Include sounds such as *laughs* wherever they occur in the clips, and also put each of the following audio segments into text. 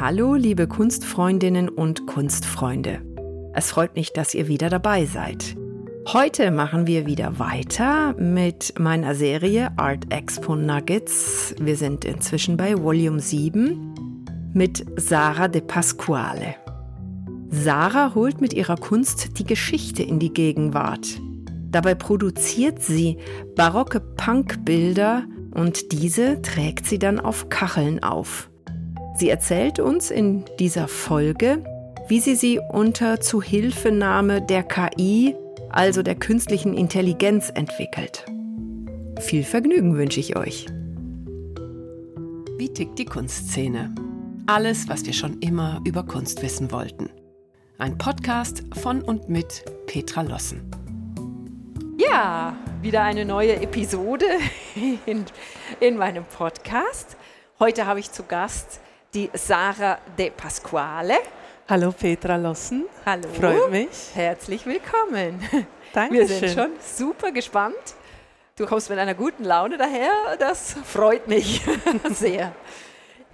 Hallo, liebe Kunstfreundinnen und Kunstfreunde. Es freut mich, dass ihr wieder dabei seid. Heute machen wir wieder weiter mit meiner Serie Art Expo Nuggets. Wir sind inzwischen bei Volume 7 mit Sarah de Pasquale. Sarah holt mit ihrer Kunst die Geschichte in die Gegenwart. Dabei produziert sie barocke Punkbilder und diese trägt sie dann auf Kacheln auf. Sie erzählt uns in dieser Folge, wie sie sie unter Zuhilfenahme der KI, also der künstlichen Intelligenz, entwickelt. Viel Vergnügen wünsche ich euch. Wie tickt die Kunstszene? Alles, was wir schon immer über Kunst wissen wollten. Ein Podcast von und mit Petra Lossen. Ja, wieder eine neue Episode *laughs* in, in meinem Podcast. Heute habe ich zu Gast die Sarah De Pasquale. Hallo Petra Lossen. Hallo. Freut mich. Herzlich willkommen. Dankeschön. Wir sind schon super gespannt. Du kommst mit einer guten Laune daher. Das freut mich *laughs* sehr.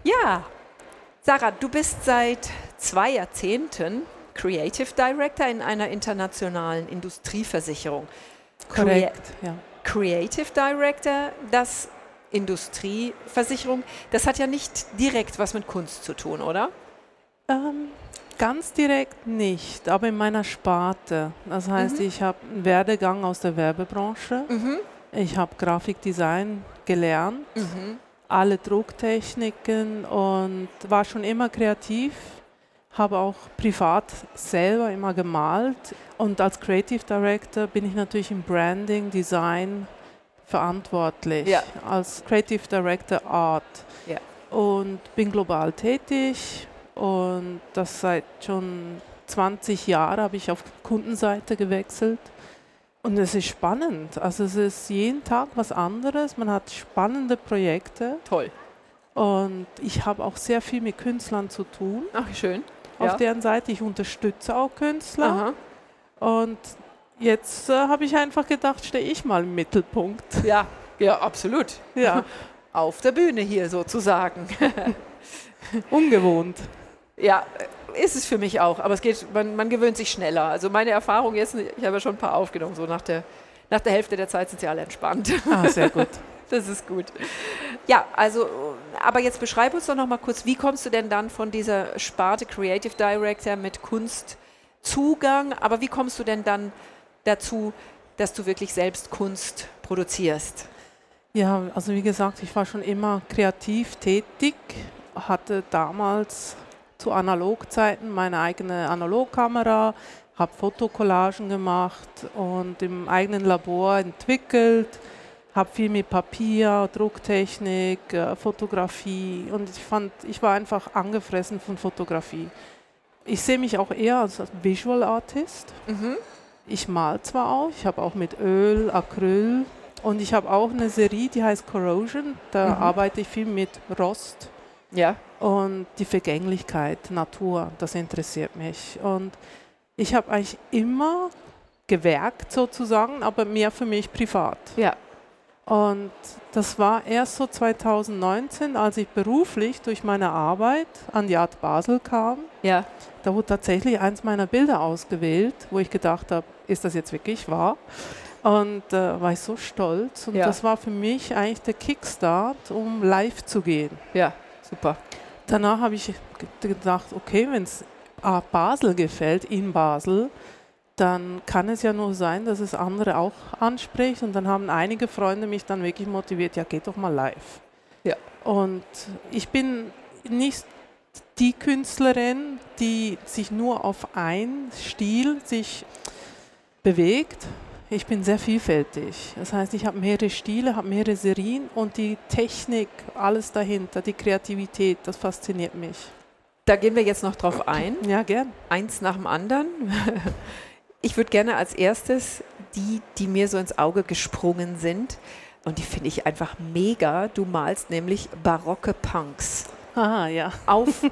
Ja, Sarah, du bist seit zwei Jahrzehnten Creative Director in einer internationalen Industrieversicherung. Crea- korrekt. Ja. Creative Director, das Industrieversicherung, das hat ja nicht direkt was mit Kunst zu tun, oder? Ähm, ganz direkt nicht, aber in meiner Sparte. Das heißt, Mhm. ich habe einen Werdegang aus der Werbebranche. Ich habe Grafikdesign gelernt, alle Drucktechniken und war schon immer kreativ. Habe auch privat selber immer gemalt und als Creative Director bin ich natürlich im Branding, Design verantwortlich. Ja. Als Creative Director Art. Ja. und bin global tätig und das seit schon 20 Jahren habe ich auf Kundenseite gewechselt und es ist spannend. Also es ist jeden Tag was anderes, man hat spannende Projekte Toll. und ich habe auch sehr viel mit Künstlern zu tun. Ach, schön. Auf Ja. deren Seite ich unterstütze auch Künstler Aha. und jetzt äh, habe ich einfach gedacht, stehe ich mal im Mittelpunkt. Ja, ja, absolut. Ja, *laughs* Auf der Bühne hier sozusagen. *laughs* ungewohnt. Ja, äh, ist es für mich auch. Aber es geht, man, man gewöhnt sich schneller. Also meine Erfahrung jetzt, ich habe ja schon ein paar aufgenommen, so nach der, nach der Hälfte der Zeit sind sie alle entspannt. *laughs* Ah, sehr gut. Das ist gut. Ja, also, aber jetzt beschreib uns doch noch mal kurz, wie kommst du denn dann von dieser Sparte Creative Director mit Kunstzugang, aber wie kommst du denn dann dazu, dass du wirklich selbst Kunst produzierst? Ja, also wie gesagt, ich war schon immer kreativ tätig, hatte damals zu Analogzeiten meine eigene Analogkamera, habe Fotokollagen gemacht und im eigenen Labor entwickelt, habe viel mit Papier, Drucktechnik, äh, Fotografie und ich fand, ich war einfach angefressen von Fotografie. Ich sehe mich auch eher als Visual Artist. Ich mal zwar auch, ich habe auch mit Öl, Acryl und ich habe auch eine Serie, die heißt Corrosion. Da arbeite ich viel mit Rost Ja. und die Vergänglichkeit, Natur, das interessiert mich. Und ich habe eigentlich immer gewerkt sozusagen, aber mehr für mich privat. Ja. Und das war erst so 2019, als ich beruflich durch meine Arbeit an die Art Basel kam. Ja. Da wurde tatsächlich eins meiner Bilder ausgewählt, wo ich gedacht habe, ist das jetzt wirklich wahr? Und äh, war ich so stolz. Und Ja. das war für mich eigentlich der Kickstart, um live zu gehen. Ja. Super. Danach habe ich ge- gedacht, okay, wenn es Basel gefällt, in Basel, dann kann es ja nur sein, dass es andere auch anspricht. Und dann haben einige Freunde mich dann wirklich motiviert, ja, geht doch mal live. Ja. Und ich bin nicht die Künstlerin, die sich nur auf einen Stil sich bewegt. Ich bin sehr vielfältig. Das heißt, ich habe mehrere Stile, habe mehrere Serien und die Technik, alles dahinter, die Kreativität, das fasziniert mich. Da gehen wir jetzt noch drauf ein. Ja, gern. eins nach dem anderen. *laughs* Ich würde gerne als erstes die, die mir so ins Auge gesprungen sind, und die finde ich einfach mega. Du malst nämlich barocke Punks Aha, ja. auf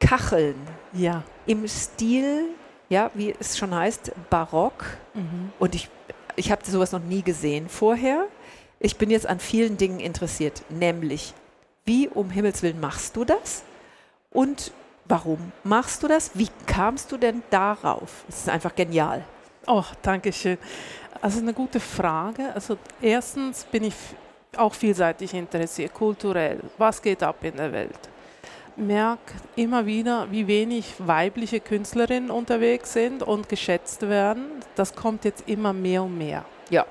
Kacheln Ja. im Stil, ja, wie es schon heißt, barock. Mhm. Und ich, ich habe sowas noch nie gesehen vorher. Ich bin jetzt an vielen Dingen interessiert, nämlich, wie um Himmels Willen machst du das? Und Warum machst du das? Wie kamst du denn darauf? Es ist einfach genial. Oh, danke schön. Also eine gute Frage. Also erstens bin ich auch vielseitig interessiert, kulturell. Was geht ab in der Welt? Merke immer wieder, wie wenig weibliche Künstlerinnen unterwegs sind und geschätzt werden. Das kommt jetzt immer mehr und mehr. Ja.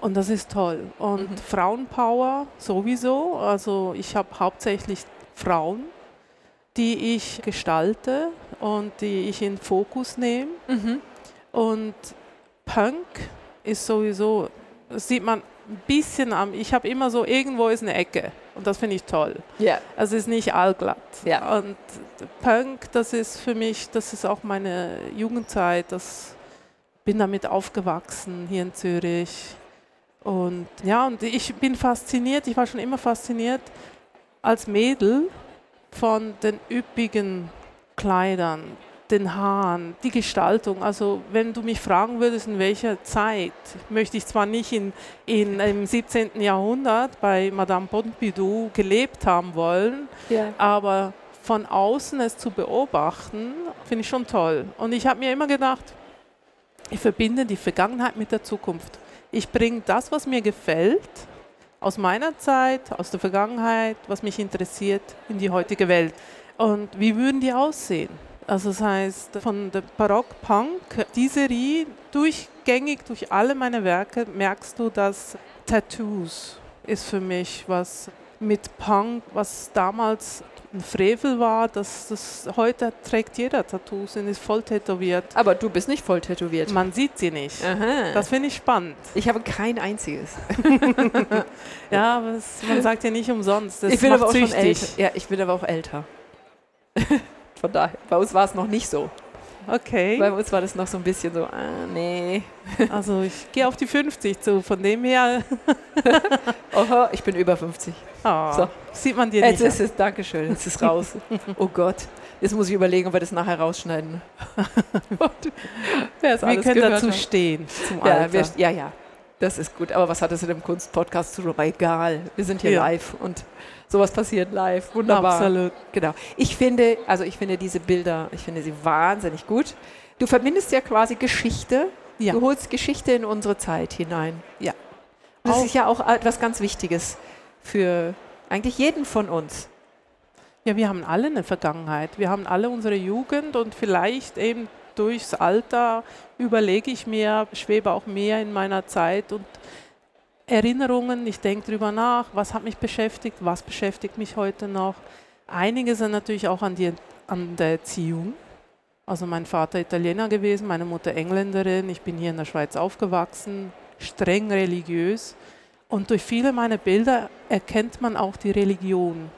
Und das ist toll. Und Mhm. Frauenpower sowieso. Also ich habe hauptsächlich Frauen, die ich gestalte und die ich in Fokus nehme. Mhm. Und Punk ist sowieso, das sieht man ein bisschen am, ich habe immer so, irgendwo ist eine Ecke. Und das finde ich toll. Ja. Also es ist nicht allglatt. Ja. Und Punk, das ist für mich, das ist auch meine Jugendzeit. Das bin damit aufgewachsen hier in Zürich. Und ja, und ich bin fasziniert, ich war schon immer fasziniert als Mädel von den üppigen Kleidern, den Haaren, die Gestaltung. Also wenn du mich fragen würdest, in welcher Zeit, möchte ich zwar nicht in, in, im 17. Jahrhundert bei Madame Pompidou gelebt haben wollen, ja. aber von außen es zu beobachten, finde ich schon toll. Und ich habe mir immer gedacht, ich verbinde die Vergangenheit mit der Zukunft. Ich bringe das, was mir gefällt, aus meiner Zeit, aus der Vergangenheit, was mich interessiert, in die heutige Welt. Und wie würden die aussehen? Also das heißt, von der Barock-Punk, die Serie, durchgängig durch alle meine Werke merkst du, dass Tattoos ist für mich was mit Punk, was damals ein Frevel war, dass das heute trägt jeder Tattoos und ist voll tätowiert. Aber du bist nicht voll tätowiert. Man sieht sie nicht. Aha. Das finde *laughs* ich spannend. ich habe kein einziges. Ja, aber es, man sagt ja nicht umsonst. Das ich bin macht aber auch schon süchtig. älter. Ja, ich bin aber auch älter. *laughs* Von daher, bei uns war es noch nicht so. Bei Okay, uns war das noch so ein bisschen so, ah, nee. also ich gehe auf die 50 zu, von dem her Oho, ich bin über 50. ah, So. sieht man dir Jetzt nicht. ist es, Dankeschön, jetzt ist *laughs* raus. Oh Gott, jetzt muss ich überlegen, ob wir das nachher rausschneiden. *laughs* Wer es an. Wir alles können gehört dazu hat. stehen zum ja, Alter. wir, ja, ja, das ist gut. Aber was hat das in dem Kunstpodcast zu tun? Aber egal, wir sind hier Ja. live und sowas passiert live. Wunderbar. Absolut. Genau. Ich finde, also ich finde diese Bilder, ich finde sie wahnsinnig gut. Du verbindest ja quasi Geschichte. Ja. Du holst Geschichte in unsere Zeit hinein. Ja. Das Auch- ist ja auch etwas ganz Wichtiges für eigentlich jeden von uns. Ja, wir haben alle eine Vergangenheit. Wir haben alle unsere Jugend und vielleicht eben durchs Alter überlege ich mir, schwebe auch mehr in meiner Zeit und Erinnerungen, ich denke drüber nach, was hat mich beschäftigt, was beschäftigt mich heute noch. Einige sind natürlich auch an, die, an der Erziehung. Also mein Vater Italiener gewesen, meine Mutter Engländerin, ich bin hier in der Schweiz aufgewachsen, streng religiös. Und durch viele meiner Bilder erkennt man auch die Religion.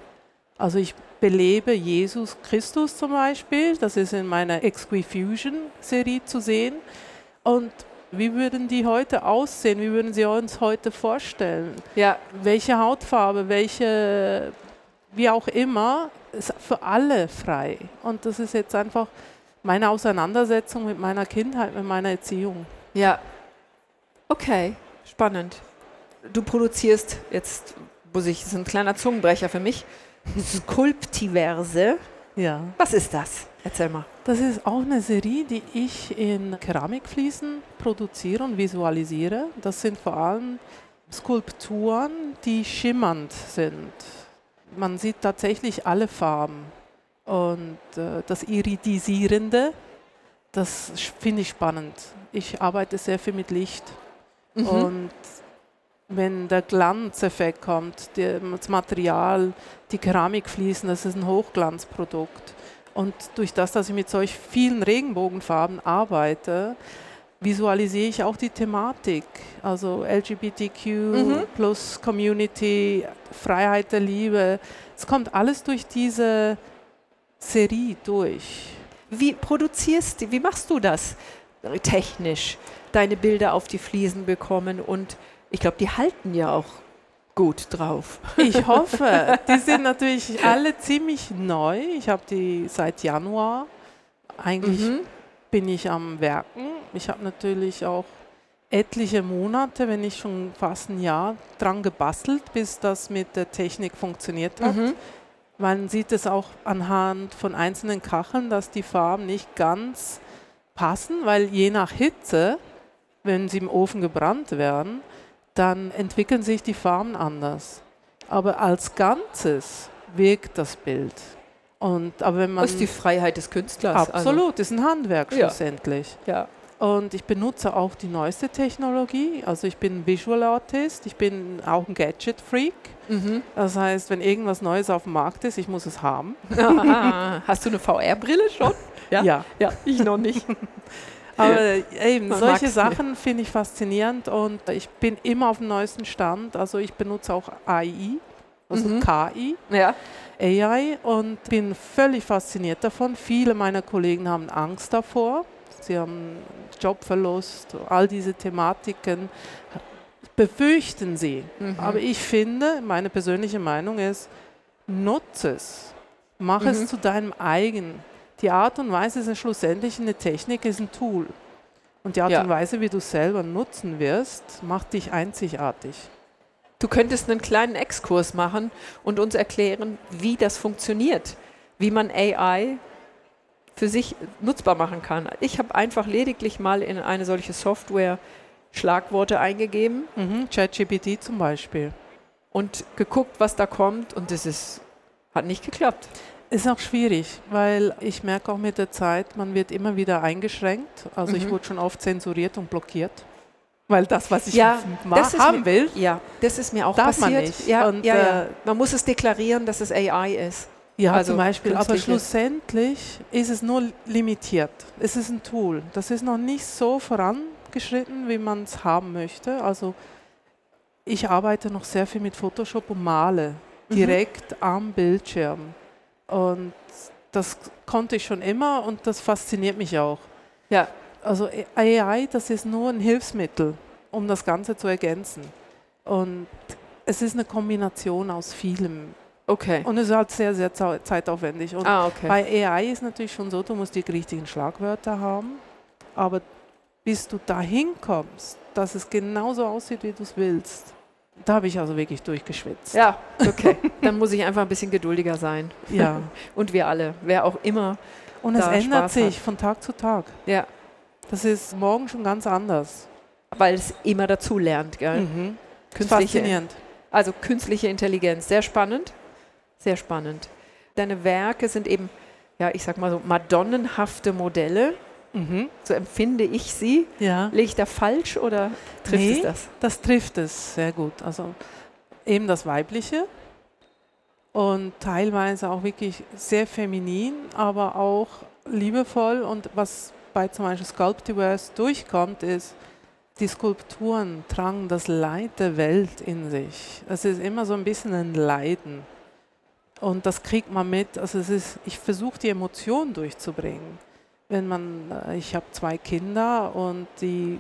Also ich belebe Jesus Christus zum Beispiel, das ist in meiner Exquifusion-Serie zu sehen. Und wie würden die heute aussehen? Wie würden sie uns heute vorstellen? Ja, Welche Hautfarbe, welche, wie auch immer, ist für alle frei. Und das ist jetzt einfach meine Auseinandersetzung mit meiner Kindheit, mit meiner Erziehung. Ja. Okay, spannend. Du produzierst, jetzt muss ich, das ist ein kleiner Zungenbrecher für mich, Skulptiverse. Ja. Was ist das? Erzähl mal. Das ist auch eine Serie, die ich in Keramikfliesen produziere und visualisiere. Das sind vor allem Skulpturen, die schimmernd sind. Man sieht tatsächlich alle Farben. Und äh, das Iridisierende, das sch- finde ich spannend. Ich arbeite sehr viel mit Licht. Mhm. Und wenn der Glanzeffekt kommt, der, das Material, die Keramikfliesen, das ist ein Hochglanzprodukt. Und durch das, dass ich mit solch vielen Regenbogenfarben arbeite, visualisiere ich auch die Thematik. Also LGBTQ plus Community, Freiheit der Liebe. Es kommt alles durch diese Serie durch. Wie produzierst du, wie machst du das technisch? Deine Bilder auf die Fliesen bekommen und ich glaube, die halten ja auch gut drauf. Ich hoffe. Die sind natürlich alle ziemlich neu. Ich habe die seit Januar. Mhm. Eigentlich bin ich am Werken. Ich habe natürlich auch etliche Monate, wenn nicht Mhm. schon fast ein Jahr, dran gebastelt, bis das mit der Technik funktioniert hat. Man sieht es auch anhand von einzelnen Kacheln, dass die Farben nicht ganz passen, weil je nach Hitze, wenn sie im Ofen gebrannt werden, dann entwickeln sich die Farben anders. Aber als Ganzes wirkt das Bild. Und, aber wenn man Das ist die Freiheit des Künstlers. also. absolut, ist ein Handwerk Ja. schlussendlich. Ja. Und ich benutze auch die neueste Technologie. Also ich bin Visual Artist, ich bin auch ein Gadget Freak. Mhm. Das heißt, wenn irgendwas Neues auf dem Markt ist, ich muss es haben. Aha. *laughs* Hast du eine VR-Brille schon? Ja. Ja, ich noch nicht. Aber eben, Man solche mag's. Sachen finde ich faszinierend und ich bin immer auf dem neuesten Stand. Also ich benutze auch AI, also Mhm. KI, Ja. AI und bin völlig fasziniert davon. Viele meiner Kollegen haben Angst davor. Sie haben Jobverlust, all diese Thematiken befürchten sie. Aber ich finde, meine persönliche Meinung ist, nutze es. Mach Mhm. es zu deinem eigenen. Die Art und Weise ist ja schlussendlich eine Technik, ist ein Tool. Und die Art Ja. und Weise, wie du es selber nutzen wirst, macht dich einzigartig. Du könntest einen kleinen Exkurs machen und uns erklären, wie das funktioniert, wie man AI für sich nutzbar machen kann. Ich habe einfach lediglich mal in eine solche Software Schlagworte eingegeben Mhm. ChatGPT zum Beispiel. und geguckt, was da kommt und das ist hat nicht geklappt. Ist auch schwierig, weil ich merke auch mit der Zeit, man wird immer wieder eingeschränkt. Also Mhm. ich wurde schon oft zensuriert und blockiert, weil das, was ich Ja, ma- das ist haben mir- will, Ja, das ist mir auch Darf man passiert. nicht. Ja, Und, ja, äh, ja. Man muss es deklarieren, dass es AI ist. Ja, Also zum Beispiel. Aber künstliche- schlussendlich ist es nur limitiert. Es ist ein Tool. Das ist noch nicht so vorangeschritten, wie man es haben möchte. Also ich arbeite noch sehr viel mit Photoshop und male Mhm. direkt am Bildschirm. Und das konnte ich schon immer und das fasziniert mich auch. Ja. Also AI, das ist nur ein Hilfsmittel, um das Ganze zu ergänzen. Und es ist eine Kombination aus vielem. Okay. Und es ist halt sehr, sehr zau- zeitaufwendig. Und ah, okay. bei AI ist natürlich schon so, du musst die richtigen Schlagwörter haben, aber bis du dahin kommst, dass es genauso aussieht, wie du es willst, da habe ich also wirklich *laughs* durchgeschwitzt. Ja, okay. Dann muss ich einfach ein bisschen geduldiger sein. *laughs* Ja. Und wir alle, wer auch immer. Und es Da ändert Spaß sich von Tag zu Tag. Ja. Das ist morgen schon ganz anders. Weil es immer dazu lernt, gell? Mhm. Künstliche, Faszinierend. also künstliche Intelligenz. Sehr spannend. Sehr spannend. Deine Werke sind eben, ja, ich sag mal so, madonnenhafte Modelle. Mhm. So empfinde ich sie. Ja. Liege ich da falsch oder trifft Nee. es das? Das trifft es sehr gut. Also eben das Weibliche und teilweise auch wirklich sehr feminin, aber auch liebevoll. Und was bei zum Beispiel Sculptiverse durchkommt, ist, die Skulpturen tragen das Leid der Welt in sich. Es ist immer so ein bisschen ein Leiden. Und das kriegt man mit. Also es ist, ich versuche die Emotion durchzubringen. Wenn man, äh, ich habe zwei Kinder und die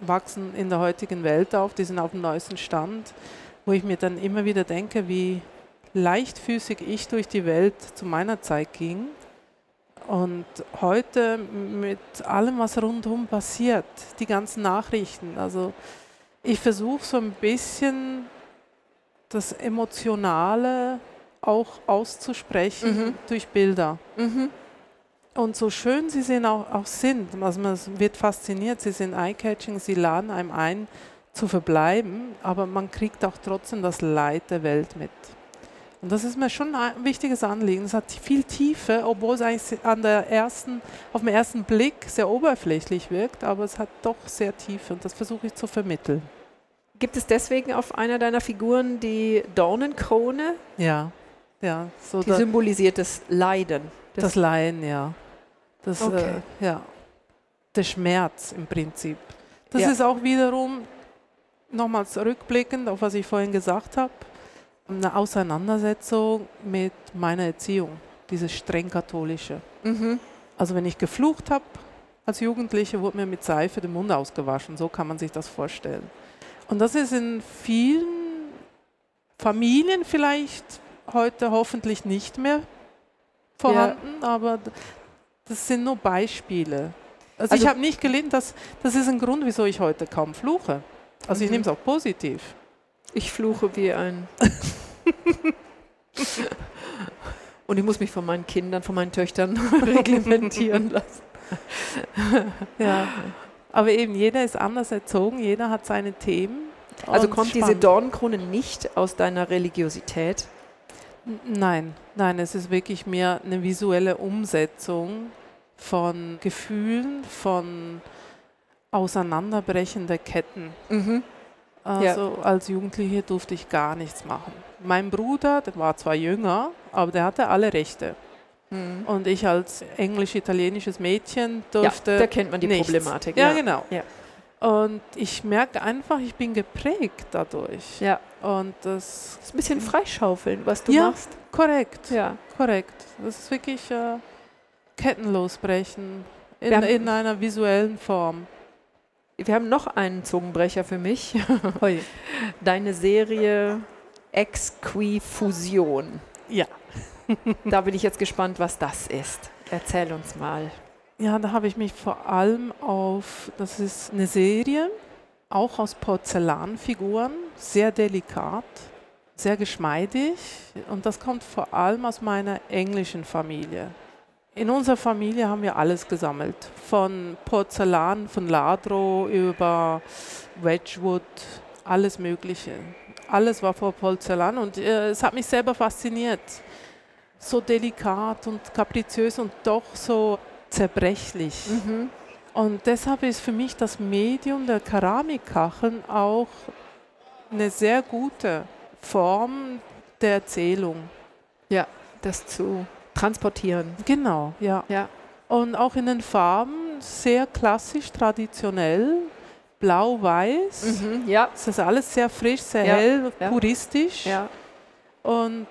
wachsen in der heutigen Welt auf, die sind auf dem neuesten Stand, wo ich mir dann immer wieder denke, wie leichtfüßig ich durch die Welt zu meiner Zeit ging. Und heute mit allem, was rundherum passiert, die ganzen Nachrichten, also ich versuche so ein bisschen das Emotionale auch auszusprechen Mhm. durch Bilder. Mhm. Und so schön sie sind auch, auch sind, also man s- wird fasziniert, sie sind eye-catching, sie laden einem ein, zu verbleiben, aber man kriegt auch trotzdem das Leid der Welt mit. Und das ist mir schon ein wichtiges Anliegen. Es hat viel Tiefe, obwohl es eigentlich se- an der ersten, auf den ersten Blick sehr oberflächlich wirkt, aber es hat doch sehr Tiefe und das versuche ich zu vermitteln. Gibt es deswegen auf einer deiner Figuren die Dornenkrone? Ja, ja. So Die da- symbolisiert das Leiden. Das, Leiden, ja. Das, Okay. äh, ja. Der Schmerz im Prinzip. Das Ja. ist auch wiederum, nochmals rückblickend auf was ich vorhin gesagt habe, eine Auseinandersetzung mit meiner Erziehung, diese streng katholische. Mhm. Also wenn ich geflucht habe als Jugendliche, wurde mir mit Seife der Mund ausgewaschen. So kann man sich das vorstellen. Und das ist in vielen Familien vielleicht heute hoffentlich nicht mehr vorhanden, aber d- das sind nur Beispiele. Also, Also- ich habe nicht gelitten, dass das ist ein Grund, wieso ich heute kaum fluche. Also ich Mhm. nehme es auch positiv. Ich fluche wie ein. Und ich muss mich von meinen Kindern, von meinen Töchtern *laughs* reglementieren lassen. Ja. Aber eben, jeder ist anders erzogen, jeder hat seine Themen. Also Und kommt diese spannend. Dornenkrone nicht aus deiner Religiosität? N- Nein, nein, es ist wirklich mehr eine visuelle Umsetzung von Gefühlen, von Auseinanderbrechen der Ketten. Mhm. Also als Jugendliche durfte ich gar nichts machen. Mein Bruder, der war zwar jünger, aber der hatte alle Rechte. Mhm. Und ich als englisch-italienisches Mädchen Ja, durfte da kennt man die nichts. Problematik. Ja, ja. genau. Ja. Und ich merke einfach, ich bin geprägt dadurch. Ja. Und das Das ist ein bisschen freischaufeln, was du Mhm. Ja. machst. korrekt, Ja. korrekt. Das ist wirklich äh, kettenlos brechen in, Wir haben- in einer visuellen Form. Wir haben noch einen Zungenbrecher für mich. *laughs* Deine Serie Exquifusion. Ja. *laughs* Da bin ich jetzt gespannt, was das ist. Erzähl uns mal. Ja, da habe ich mich vor allem auf, das ist eine Serie, auch aus Porzellanfiguren, sehr delikat, sehr geschmeidig und das kommt vor allem aus meiner englischen Familie. In unserer Familie haben wir alles gesammelt, von Porzellan, von Ladro über Wedgwood, alles Mögliche. Alles war vor Porzellan und äh, es hat mich selber fasziniert. So delikat und kapriziös und doch so zerbrechlich. Mhm. Und deshalb ist für mich das Medium der Keramikkacheln auch eine sehr gute Form der Erzählung. Das zu transportieren. Genau, ja. Ja. Und auch in den Farben sehr klassisch, traditionell, blau-weiß. Mhm. Ja. Es ist alles sehr frisch, sehr Ja, hell, ja. puristisch. Ja. Und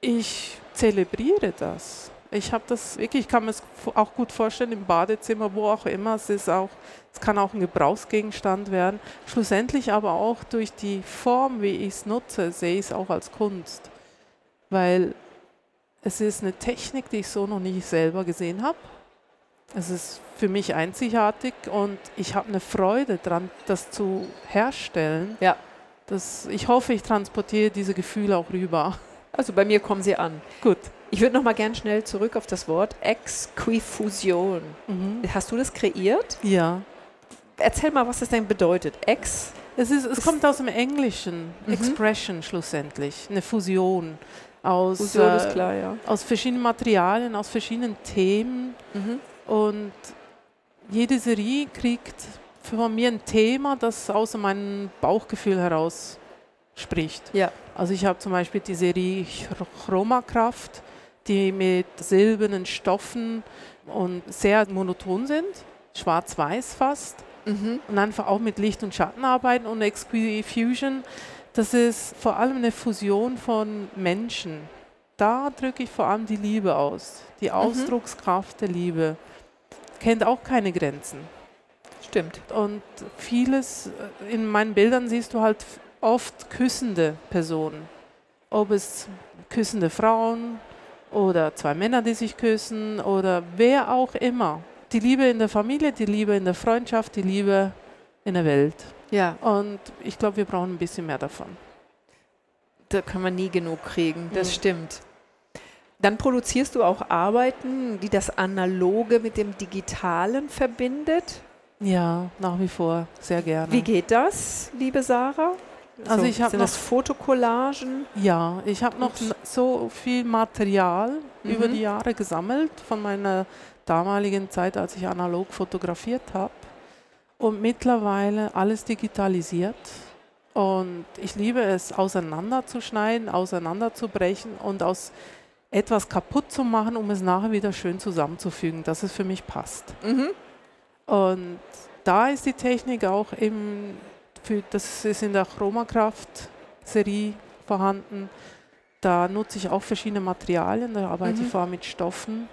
ich zelebriere das. Ich habe das wirklich, ich kann mir es vo- auch gut vorstellen, im Badezimmer, wo auch immer. Es ist auch, es kann auch ein Gebrauchsgegenstand werden. Schlussendlich aber auch durch die Form, wie ich es nutze, sehe ich es auch als Kunst. Weil es ist eine Technik, die ich so noch nicht selber gesehen habe. Es ist für mich einzigartig und ich habe eine Freude dran, das zu herstellen. Ja. Das, ich hoffe, ich transportiere diese Gefühle auch rüber. Also bei mir kommen sie an. Gut. Ich würde noch mal gern schnell zurück auf das Wort Exquifusion. Hast du das kreiert? Ja. Erzähl mal, was das denn bedeutet. Ex. Es, ist, es Das- kommt aus dem Englischen, Mhm. Expression schlussendlich, eine Fusion aus, äh, klar, ja. aus verschiedenen Materialien, aus verschiedenen Themen. Mhm. Und jede Serie kriegt von mir ein Thema, das aus meinem Bauchgefühl heraus spricht. Ja. Also ich habe zum Beispiel die Serie Ch- Chromakraft, die mit silbernen Stoffen und sehr monoton sind, schwarz-weiß fast Mhm. und einfach auch mit Licht und Schatten arbeiten und Exquisite Fusion, das ist vor allem eine Fusion von Menschen. Da drücke ich vor allem die Liebe aus, die Ausdruckskraft der Liebe. Kennt auch keine Grenzen. Stimmt. Und vieles äh, in meinen Bildern siehst du halt oft küssende Personen. Ob es küssende Frauen oder zwei Männer, die sich küssen oder wer auch immer. Die Liebe in der Familie, die Liebe in der Freundschaft, die Liebe in der Welt. Ja. Und ich glaube, wir brauchen ein bisschen mehr davon. Da kann man nie genug kriegen, das Mhm. stimmt. Dann produzierst du auch Arbeiten, die das Analoge mit dem Digitalen verbindet. Ja, nach wie vor, sehr gerne. Wie geht das, liebe Sarah? Also ich hab sind das Fotokollagen. Ja, ich habe noch Und- n- so viel Material über Mhm. die Jahre gesammelt von meiner damaligen Zeit, als ich analog fotografiert habe. Und mittlerweile alles digitalisiert. Und ich liebe es, auseinanderzuschneiden, auseinanderzubrechen und aus etwas kaputt zu machen, um es nachher wieder schön zusammenzufügen, dass es für mich passt. Mhm. Und da ist die Technik auch eben, für, das ist in der Chromakraft-Serie vorhanden. Da nutze ich auch verschiedene Materialien, da arbeite Mhm. ich vor allem mit Stoffen,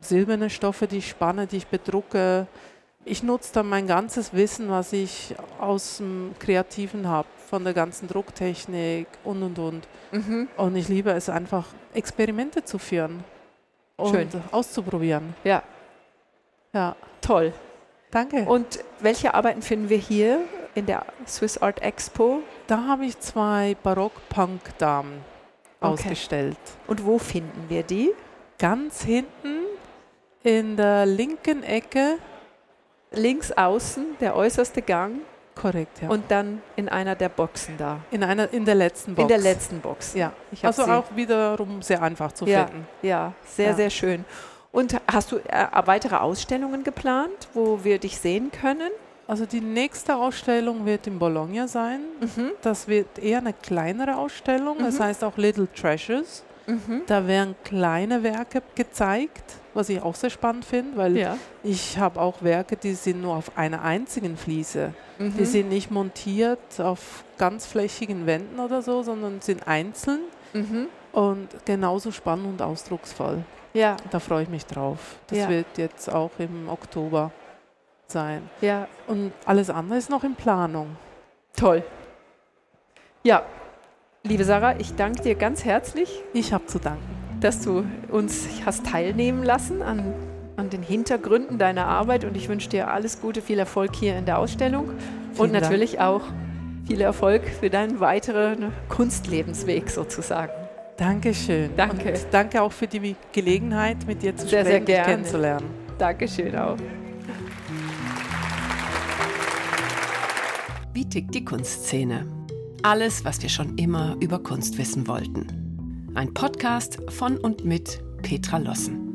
silberne Stoffe, die ich spanne, die ich bedrucke. Ich nutze da mein ganzes Wissen, was ich aus dem Kreativen habe, von der ganzen Drucktechnik und und und. Mhm. Und ich liebe es einfach, Experimente zu führen und Schön. auszuprobieren. Ja, Ja, toll. danke. Und welche Arbeiten finden wir hier in der Swiss Art Expo? Da habe ich zwei Barock-Punk-Damen. ausgestellt. Und wo finden wir die? Ganz hinten in der linken Ecke, Links außen, der äußerste Gang korrekt, ja. und dann in einer der Boxen da. in, einer, in der letzten Box. In der letzten Box. Ja, Ich hab also sie. auch wiederum sehr einfach zu Ja, finden. ja sehr, Ja. sehr schön. Und hast du äh, weitere Ausstellungen geplant, wo wir dich sehen können? Also die nächste Ausstellung wird in Bologna sein. Das wird eher eine kleinere Ausstellung. Das Mhm. heißt auch Little Treasures. Da werden kleine Werke gezeigt, was ich auch sehr spannend finde, weil ich habe auch Werke, die sind nur auf einer einzigen Fliese. Mhm. Die sind nicht montiert auf ganzflächigen Wänden oder so, sondern sind einzeln Mhm. und genauso spannend und ausdrucksvoll. Ja, Da freue ich mich drauf. Das Ja. wird jetzt auch im Oktober sein. ja, Und alles andere ist noch in Planung. toll. Ja, liebe Sarah, ich danke dir ganz herzlich, Ich habe zu danken. dass du uns hast teilnehmen lassen an, an den Hintergründen deiner Arbeit und ich wünsche dir alles Gute, viel Erfolg hier in der Ausstellung und Vielen Dank. natürlich auch viel Erfolg für deinen weiteren Kunstlebensweg sozusagen. Dankeschön. Danke. Und danke auch für die Gelegenheit, mit dir zu Sehr, sehr sprechen, dich gerne. kennenzulernen. Dankeschön auch. Wie tickt die Kunstszene? Alles, was wir schon immer über Kunst wissen wollten. Ein Podcast von und mit Petra Lossen.